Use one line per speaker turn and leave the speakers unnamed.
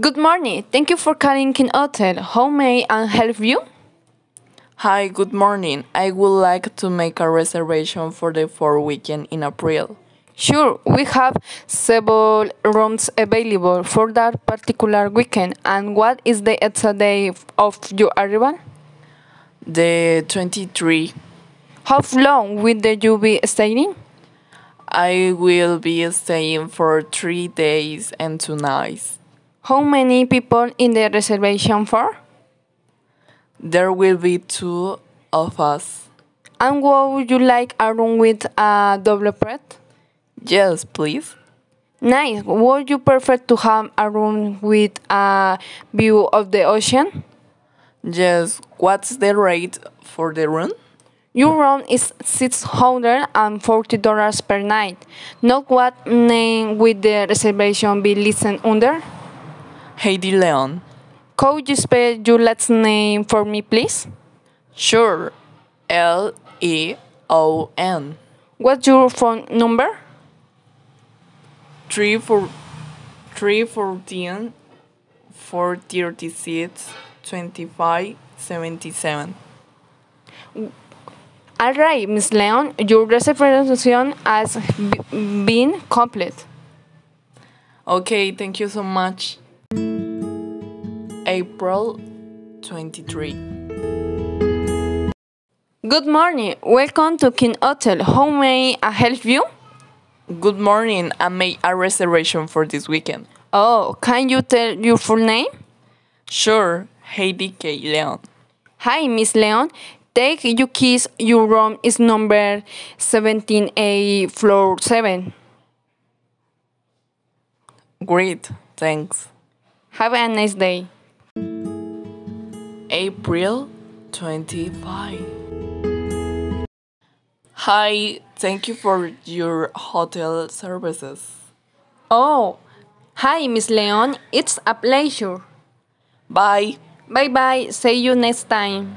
Good morning. Thank you for calling King Hotel. How may I help you?
Hi, good morning. I would like to make a reservation for the fourth weekend in April.
Sure, we have several rooms available for that particular weekend. And what is the exact day of your arrival?
The 23,
How long will you be staying?
I will be staying for three days and two nights.
How many people in the reservation for?
There will be two of us.
And would you like a room with a double bed?
Yes, please.
Nice. Would you prefer to have a room with a view of the ocean?
Yes, what's the rate for the room?
Your room is six hundred and forty dollars per night. Not what name will the reservation be listed under?
Heidi Leon.
Could you spell your last name for me, please?
Sure. L E O N.
What's your phone number?
Three for three fourteen four thirty six twenty five seventy seven.
All right, Miss Leon, your reservation has b- been complete.
Okay, thank you so much. April twenty three.
Good morning. Welcome to King Hotel. How may I help you?
Good morning. I made a reservation for this weekend.
Oh, can you tell your full name?
Sure, Heidi K. Leon.
Hi, Miss Leon. Take your keys. Your room is number 17A, floor 7.
Great, thanks.
Have a nice day.
April 25. Hi, thank you for your hotel services.
Oh, hi, Miss Leon. It's a pleasure.
Bye.
Bye bye. See you next time.